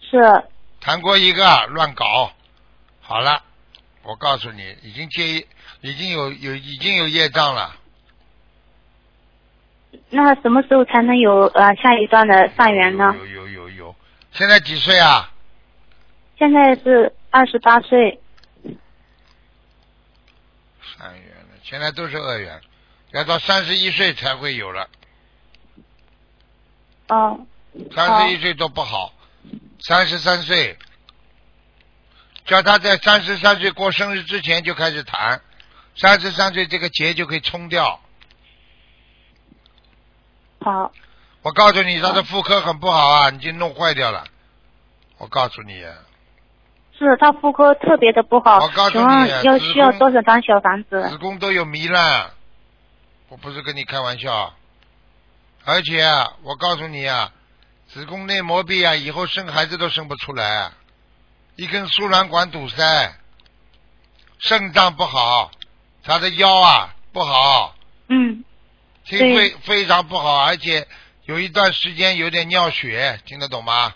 S5: 是
S1: 谈过一个，乱搞。好了，我告诉你，已经接，已经有有已经有业障了。
S5: 那什么时候才能有呃下一段的善缘呢？
S1: 有有有有有。现在几岁啊？
S5: 现在是二十八岁，
S1: 善缘了，现在都是恶缘，要到三十一岁才会有了。
S5: 嗯，
S1: 三十一岁都不好，三十三岁，叫他在三十三岁过生日之前就开始谈，三十三岁这个劫就可以冲掉。
S5: 好，
S1: 我告诉你，他的妇科很不好啊，已经弄坏掉了。我告诉你，啊
S5: 是她妇科特别的不好
S1: 我告，诉
S5: 请
S1: 你啊
S5: 问要
S1: 子
S5: 需要
S1: 宫
S5: 多少张小房子？
S1: 子宫都有糜烂，啊我不是跟你开玩笑。啊而且啊我告诉你啊，子宫内膜壁啊，以后生孩子都生不出来啊，一根输卵管堵塞，肾脏不好，他的腰啊不好，
S5: 嗯，
S1: 心
S5: 对
S1: 肺非常不好，而且有一段时间有点尿血，听得懂吗？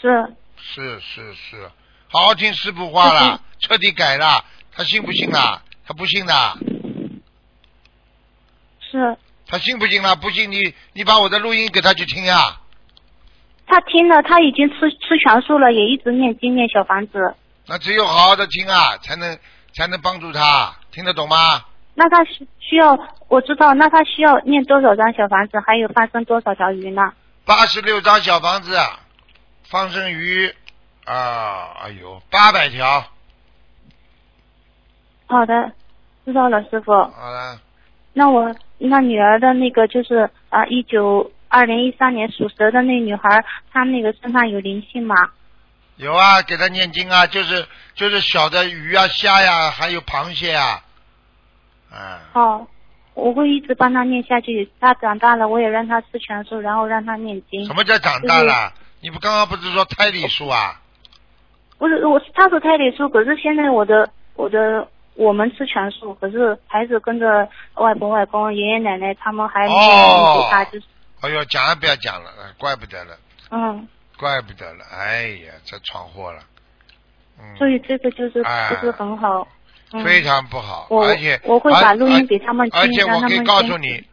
S5: 是
S1: 是是是，好好听师傅话了，彻底改了。他信不信啦？他不信的，
S5: 是，
S1: 他信不信啦？不信你你把我的录音给他去听啊呀。
S5: 她听了，她已经吃吃全素了，也一直念经念小房子。
S1: 那只有好好的听啊，才能才能帮助他，听得懂吗？
S5: 那她需需要，我知道，那她需要念多少张小房子，还有放生多少条鱼呢？
S1: 八十六张小房子，放生鱼啊，哎呦，八百条，
S5: 好的，知道了，师傅。
S1: 好了，
S5: 那我那女儿的那个就是啊，一九二零一三年属蛇的那女孩，她那个身上有灵性吗？
S1: 有啊，给他念经啊，就是就是小的鱼啊、虾呀、还有螃蟹啊，嗯，
S5: 哦，我会一直帮她念下去。她长大了，我也让她吃全素，然后让她念经
S1: 什。么叫长大了？
S5: 嗯
S1: 你不刚刚不是说胎里素啊？
S5: 不是，我她是胎里素，可是现在我的我的我们吃全素，可是孩子跟着外婆外公、爷爷奶奶他们还没有
S1: 哦
S5: 给她，就是
S1: 哎呦，讲也不要讲了，哎怪不得了，
S5: 嗯，
S1: 怪不得了，哎呀，这闯祸了，嗯，
S5: 所以这个就是
S1: 哎
S5: 不是很好。嗯、
S1: 非常不好，
S5: 我
S1: 而且
S5: 我会把
S1: 而
S5: 录音给他们听
S1: 而而且
S5: 让
S1: 我可
S5: 他
S1: 以
S5: 们
S1: 告
S5: 先
S1: 诉你，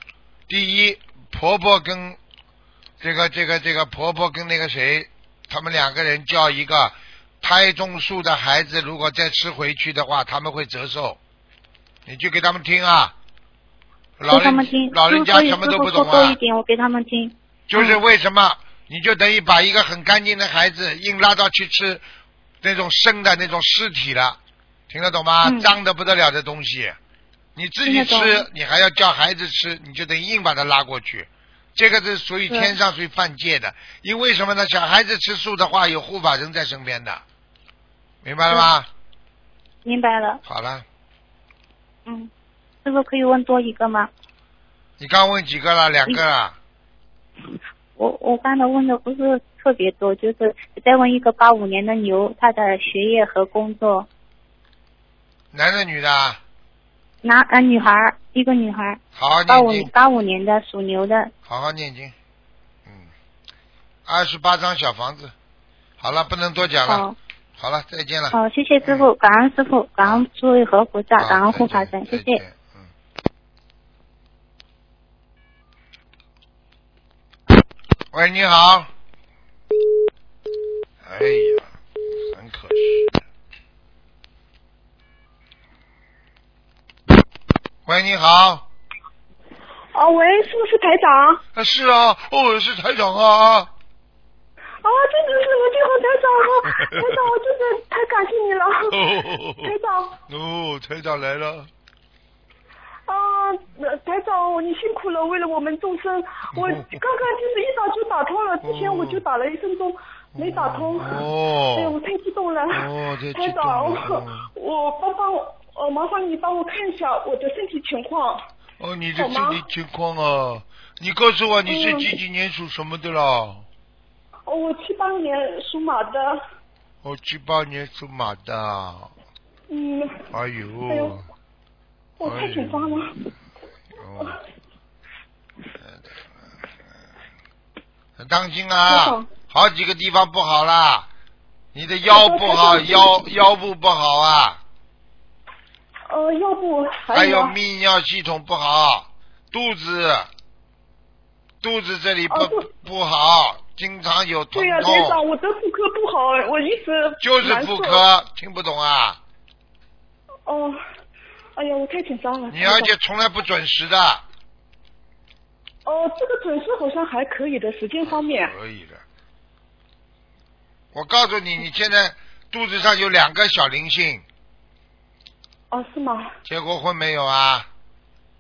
S1: 第一，婆婆跟这个这个这个婆婆跟那个谁，他们两个人叫一个胎中素的孩子，如果再吃回去的话，他们会折寿，你去给他们听啊。老
S5: 给他
S1: 人
S5: 们听，
S1: 老人
S5: 就
S1: 家
S5: 是所以
S1: 什么
S5: 师
S1: 都
S5: 傅
S1: 不懂
S5: 说多
S1: 啊
S5: 一，点，我给他们听。嗯
S1: 就是为什么你就等于把一个很干净的孩子硬拉到去吃那种生的那种尸体了，听得懂吗？
S5: 嗯
S1: 脏的不得了的东西，你自己
S5: 听得
S1: 吃，你还要叫孩子吃，你就等于硬把他拉过去。这个是属于
S5: 对
S1: 天上属于犯戒的，因为什么呢？小孩子吃素的话，有护法神在身边的，明白了吗？
S5: 明白了，
S1: 好了，
S5: 嗯，师傅可以问多一个吗？
S1: 你刚问几个了？两个了。
S5: 嗯我我刚才问的不是特别多，就是再问一个八五年的牛，他的学业和工作，
S1: 男的女的啊？
S5: 男呃女孩儿，一个女孩儿，
S1: 好好
S5: 八五
S1: 念经，
S5: 八五年的属牛的，
S1: 好好念经。嗯，二十八张小房子。好了，不能多讲了。
S5: 好
S1: 好了，再见了。
S5: 好，哦谢谢师傅，感恩师傅，感恩诸位和菩萨，
S1: 好
S5: 感恩护
S1: 再
S5: 法
S1: 见
S5: 神，
S1: 再
S5: 谢谢。
S1: 见嗯。嗯喂，你好。哎呀，很可惜。喂，你好。
S6: 哦，喂，是不是台长？啊，
S1: 啊，是啊，哦，是台长啊。
S6: 啊真的是我听好台长了，台长，我真的太感谢 你了，
S1: 哦
S6: 台长，
S1: 哦，台长来了。
S6: 啊、呃台长，你辛苦了，为了我们众生， 我刚刚就是一早就打通了，之前我就打了一分钟没打通， 哎呀，我
S1: 哦。
S6: 太激动了，
S1: 哦太激动了
S6: 台长，
S1: 哦
S6: 我 我帮帮我，呃，麻烦你帮我看一下我的身体情况，
S1: 哦，你的
S6: 好
S1: 身
S6: 吗
S1: 体情况啊，你告诉我你是
S6: 嗯
S1: 几几年属什么的啦？
S6: 哦，我七八年属马的，
S1: 哦，七八年属马的啊，
S6: 嗯，
S1: 哎呦，
S6: 哎呦我太紧张了，
S1: 哦，哎很当心
S6: 台
S1: 啊
S6: 长，
S1: 好几个地方不好啦，你的腰不好，
S6: 台长
S1: 腰腰部不好啊，
S6: 呃，要不
S1: 还
S6: 还
S1: 有
S6: 呢
S1: 泌尿系统不好，肚子，肚子这里不、
S6: 哦肚
S1: 不好，经常有疼
S6: 对呀、台长，
S1: 痛，
S6: 我的妇科不好，哎我一直
S1: 哦就是
S6: 难
S1: 妇
S6: 受。
S1: 科，听不懂啊？
S6: 哦，哎呀，我太紧张 了。
S1: 你
S6: 台长
S1: 而且从来不准时的，
S6: 哦，这个准时好像还可以的，时间方面。
S1: 可以的。我告诉你，你现在肚子上有两个小灵性，
S6: 哦，是吗？
S1: 结过婚没有啊？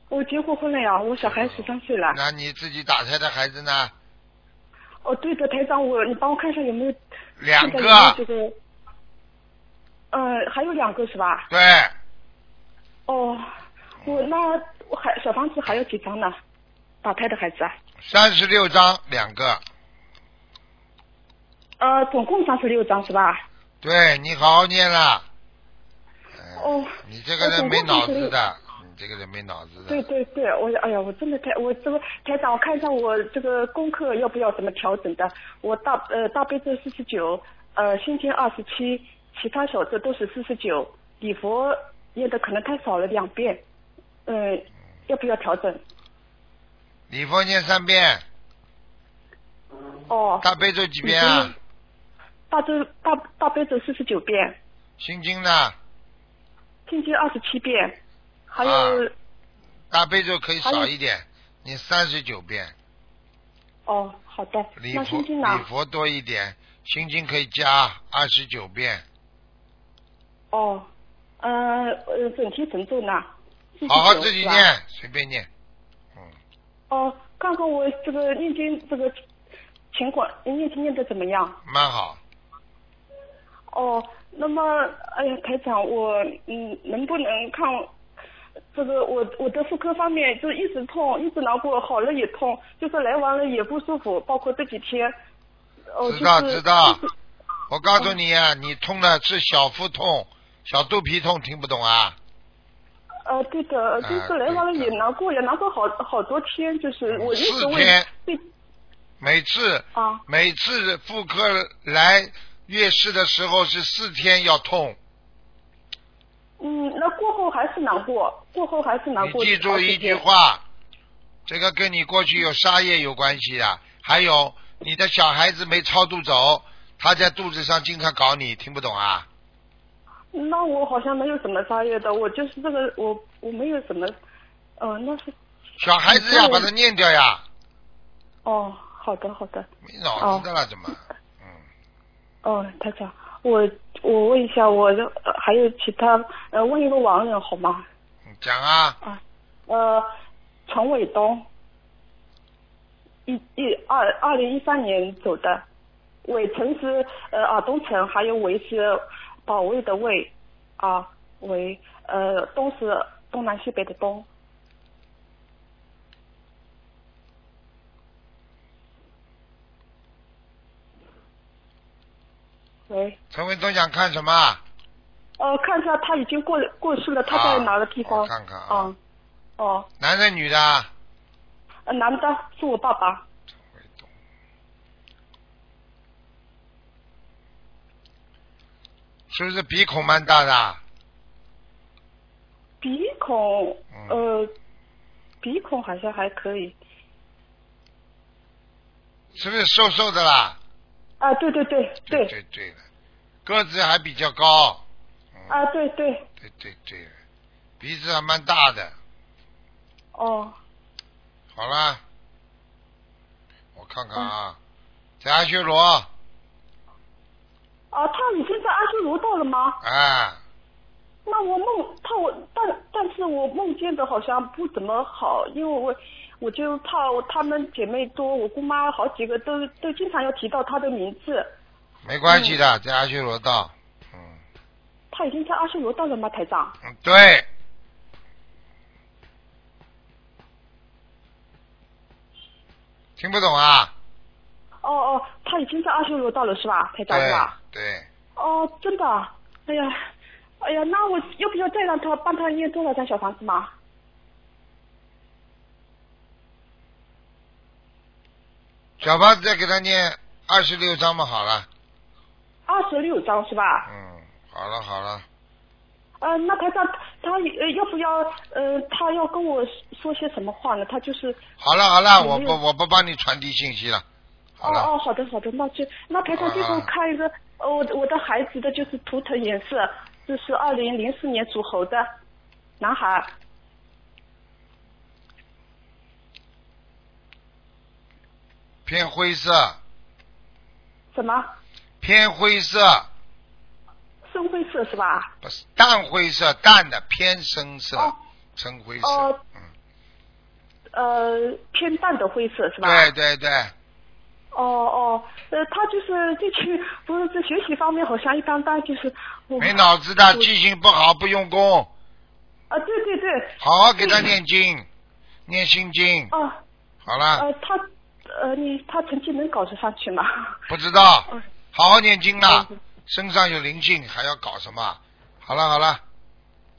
S6: 我结过婚了呀，我小孩十三岁了。
S1: 那你自己打胎的孩子呢？
S6: 哦，对的，台长，我你帮我看一下有没有
S1: 两
S6: 现在有没有这
S1: 个，
S6: 个。呃，还有两个是吧？
S1: 对，
S6: 哦，我
S1: 嗯
S6: 那我还小房子还有几张呢？打胎的孩子啊？
S1: 三十六张两个。
S6: 呃，总共三十六张是吧？
S1: 对你好好念啦。嗯
S6: 哦
S1: 你这个人没脑子
S6: 我总共
S1: 的，你这个人没脑子的。
S6: 对对对，我哎呀，我真的太我这个台长，我看一下我这个功课要不要怎么调整的？我大呃大悲咒四十九，呃心经二十七，其他小咒都是四十九，礼佛念的可能太少了两遍，嗯、要不要调整？
S1: 礼佛念三遍，
S6: 哦，
S1: 大悲咒几遍啊
S6: 嗯？大咒大大悲咒四十九遍，
S1: 心经呢？
S6: 心经二十七遍，还有、
S1: 啊大悲咒可以
S6: 还有
S1: 少一点，你三十九遍。
S6: 哦好的，
S1: 礼
S6: 那
S1: 佛
S6: 心经呢？
S1: 礼佛多一点，心经可以加二十九遍。
S6: 哦，呃呃整体神咒呢？49
S1: 好好自己
S6: 是吧
S1: 念，随便念。
S6: 哦，看看我这个念经这个情况，念经念的怎么样？
S1: 蛮好。
S6: 哦，那么，哎呀，台长，我嗯，能不能看这个我我的妇科方面就一直痛，一直难过，好了也痛，就是来完了也不舒服，包括这几天，哦，
S1: 知道
S6: 就是
S1: 知道
S6: 就是
S1: 我告诉你啊，你痛的是小腹痛、小肚皮痛，听不懂啊？
S6: 呃，对
S1: 哎
S6: 的，就是来完了也难过，也难过好好多天，就是我一直
S1: 四
S6: 为
S1: 天
S6: 对
S1: 每次
S6: 啊，
S1: 每次妇科来月事的时候是四天要痛，
S6: 嗯，那过后还是难过，过后还是难过。
S1: 你记住
S6: 好几
S1: 一句
S6: 天
S1: 话，这个跟你过去有杀业有关系啊。还有你的小孩子没超度走，他在肚子上经常搞你，听不懂啊？
S6: 那我好像没有什么杀业的，我就是这个，我我没有什么，呃，那是
S1: 小孩子呀，
S6: 嗯
S1: 把它念掉呀，
S6: 哦，好的好的，
S1: 没脑子的了，怎么？嗯
S6: 哦，台长，我我问一下，我的、呃还有其他呃，问一个亡人好吗？
S1: 嗯，讲啊，
S6: 啊，呃，陈伟东，一一二二零一三年走的，伟成是呃耳东城，还有伟是保卫的卫，啊伟呃东是东南西北的东。喂，
S1: 陈文东想看什么？
S6: 呃，看一下他已经过了过世了，他在哪个地
S1: 啊
S6: 方？
S1: 我看看啊
S6: 嗯哦，
S1: 男的女的啊？
S6: 呃，男的是我爸爸。
S1: 陈伟东是不是鼻孔蛮大的？啊
S6: 鼻孔
S1: 嗯，
S6: 呃，鼻孔好像还可以。
S1: 是不是瘦瘦的啦？
S6: 啊，对对对对，
S1: 对对了，个子还比较高。嗯、
S6: 啊，对对，
S1: 对对对了，鼻子还蛮大的。
S6: 哦，
S1: 好啦，我看看
S6: 嗯
S1: 啊，在阿修罗，
S6: 啊，他已经在阿修罗道了吗？
S1: 啊，
S6: 那我梦他我但但是我梦见的好像不怎么好，因为我我就怕我她们姐妹多，我姑妈好几个都都经常要提到她的名字。
S1: 没关系的，在阿修罗道。嗯，
S6: 她已经在阿修罗道了吗，台长？
S1: 嗯对，听不懂啊？
S6: 哦哦，她已经在阿修罗道了是吧，台长是
S1: 对
S6: 吧？
S1: 对，
S6: 哦，真的啊，哎呀，哎呀，那我要不要再让她帮她念多少张小房子嘛？
S1: 小胖子再给他念二十六章嘛，好了。
S6: 二十六张是吧？
S1: 嗯，好了好了，
S6: 呃，那台长他呃要不要呃他要跟我说些什么话呢？他就是
S1: 好了好了，我
S6: 没
S1: 不
S6: 有
S1: 我不帮你传递信息了。
S6: 哦
S1: 好了，
S6: 嗯哦，好的好的，那就那台长最后看一个，呃，我我的孩子的就是图腾颜色，这是二零零四年属猴的男孩，
S1: 偏灰色，
S6: 什么
S1: 偏灰色，
S6: 深灰色是吧？
S1: 不是淡灰色，淡的偏深色
S6: 哦，
S1: 深灰色。
S6: 哦
S1: 嗯，
S6: 呃，偏淡的灰色是吧？
S1: 对对对，
S6: 哦哦，呃，他就是这去不是这学习方面好像一般般，就是我
S1: 没脑子的，
S6: 我
S1: 记性不好，不用功，
S6: 啊，对对对，
S1: 好好给他念经，念心经。
S6: 嗯哦、
S1: 好了，
S6: 呃，他呃，你他成绩能搞得上去吗？
S1: 不知道
S6: 嗯，
S1: 好好念经啦，身上有灵性，还要搞什么？好了好了，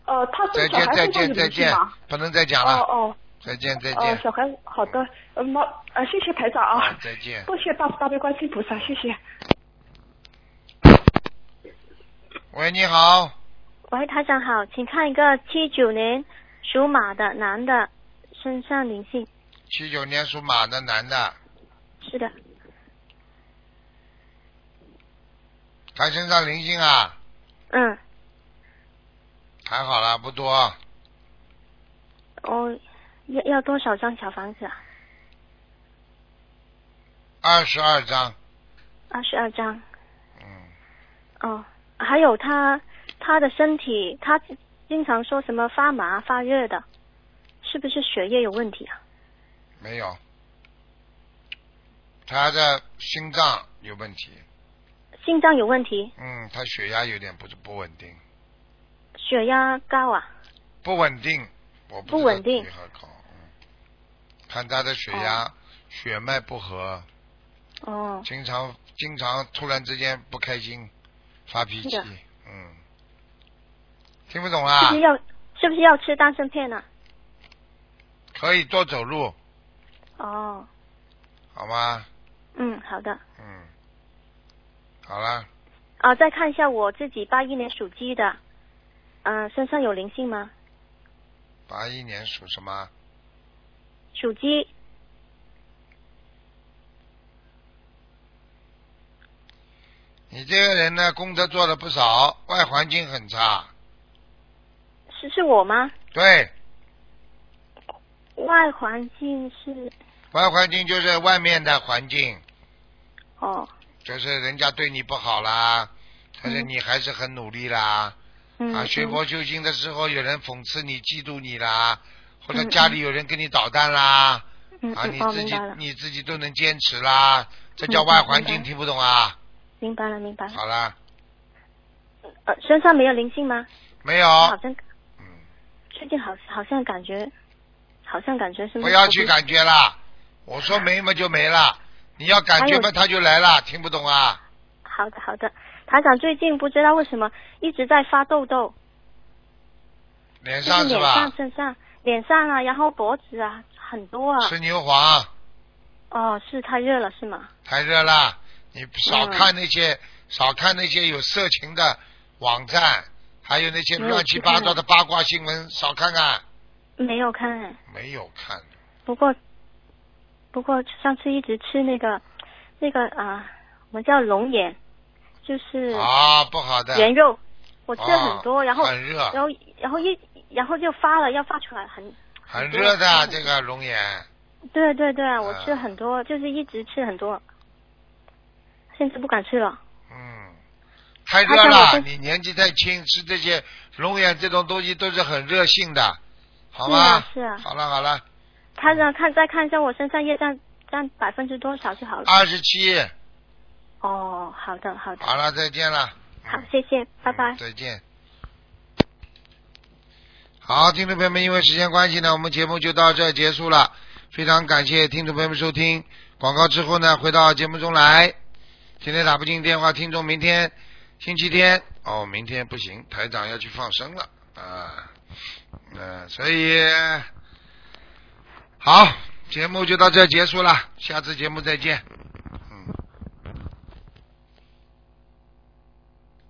S6: 呃，他
S1: 再
S6: 是小
S1: 见
S6: 孩
S1: 再
S6: 身上有
S1: 见再
S6: 灵性
S1: 见
S6: 吗？，
S1: 不能再讲
S6: 哦
S1: 了，
S6: 哦
S1: 再见再
S6: 哦
S1: 见，，
S6: 小孩，好的，呃，毛，呃，谢谢台长啊
S1: 啊，再见。
S6: 多谢大慈大悲观世音菩萨，谢谢。
S1: 喂，你好，
S7: 喂，台长好，请看一个七九年属马的男的身上灵性，
S1: 七九年属马的男的，
S7: 是的，
S1: 他身上灵性啊，
S7: 嗯，
S1: 还好啦，不多，
S7: 哦，要要多少张小房子啊？
S1: 二十二张，
S7: 二十二张。
S1: 嗯，
S7: 哦，还有他他的身体，他经常说什么发麻发热的，是不是血液有问题啊？
S1: 没有。他的心脏有问题，
S7: 心脏有问题，
S1: 嗯，他血压有点不不稳定，
S7: 血压高啊？
S1: 不稳定，我不
S7: 不
S1: 知道
S7: 稳定
S1: 几何高，嗯，看他的血压、血脉不和，
S7: 哦，
S1: 经常经常突然之间不开心，发脾气
S7: 是的，
S1: 嗯，听不懂
S7: 是
S1: 啊
S7: 不是？要、是不是要吃丹参片啊？
S1: 可以多走路，
S7: 哦，
S1: 好吗？
S7: 嗯，好的。
S1: 嗯，好了，
S7: 啊，再看一下我自己八一年属鸡的，嗯、身上有灵性吗？
S1: 八一年属什么？
S7: 属鸡，
S1: 你这个人呢，功德做了不少，外环境很差。
S7: 是是我吗？
S1: 对，
S7: 外环境是
S1: 外环境就是外面的环境，
S7: 哦，
S1: 就是人家对你不好啦，但是你还是很努力啦。
S7: 嗯，
S1: 啊，学
S7: 嗯
S1: 佛修心的时候，有人讽刺你、嫉妒你啦，或者家里有人跟你捣蛋啦，
S7: 嗯
S1: 啊，
S7: 嗯
S1: 你
S7: 哦，
S1: 自
S7: 明
S1: 己
S7: 白了，
S1: 你自己都能坚持啦，这叫
S7: 嗯
S1: 外
S7: 嗯
S1: 环
S7: 明
S1: 境，
S7: 白
S1: 听不懂啊？
S7: 明白了，明白了。
S1: 好了，
S7: 呃，身上没有灵性吗？
S1: 没
S7: 好
S1: 有，
S7: 像
S1: 嗯，
S7: 最近好好像感觉，好像感觉是
S1: 不要去感觉啦，我说没嘛就没了，你要感觉嘛
S7: 还有
S1: 它就来了，听不懂啊？
S7: 好的好的，台长最近不知道为什么一直在发痘痘，
S1: 脸
S7: 就是
S1: 上是
S7: 脸上
S1: 吧？
S7: 身上脸上啊，然后脖子啊很多啊。
S1: 吃牛黄
S7: 哦，是太热了是吗？
S1: 太热了，你少
S7: 嗯
S1: 看那些少看那些有色情的网站，还有那些
S7: 没有
S1: 乱七
S7: 去
S1: 八
S7: 看
S1: 糟的八卦新闻，少看看。
S7: 没有看哎，
S1: 没有看，
S7: 不过不过上次一直吃那个那个啊，我们叫龙眼，就是
S1: 啊，不好的。
S7: 圆肉，嗯我吃了
S1: 啊
S7: 很多，然后
S1: 很热
S7: 然后然后一然后就发了，要发出来很。
S1: 很
S7: 多
S1: 热的
S7: 嗯
S1: 这个龙眼，
S7: 对对对，我吃
S1: 啊
S7: 了很多，就是一直吃很多，甚至不敢吃了。
S1: 嗯，太
S7: 他
S1: 热
S7: 叫我
S1: 了，
S7: 跟
S1: 你年纪太轻，吃这些龙眼这种东西都是很热性的，好
S7: 是
S1: 吗
S7: 啊？是啊
S1: 好了好了，
S7: 他让看再看一下我身上业障占百分之多少就好了。
S1: 二十七，
S7: 哦，好的好的，
S1: 啊好了，再见了。嗯
S7: 好，谢谢，拜拜。
S1: 嗯再见。好，听众朋友们，因为时间关系呢，我们节目就到这儿结束了。非常感谢听众朋友们收听广告之后呢，回到节目中来。今天打不进电话，听众明天星期天哦，明天不行，台长要去放生了啊，嗯、所以好，节目就到这儿结束了，下次节目再见，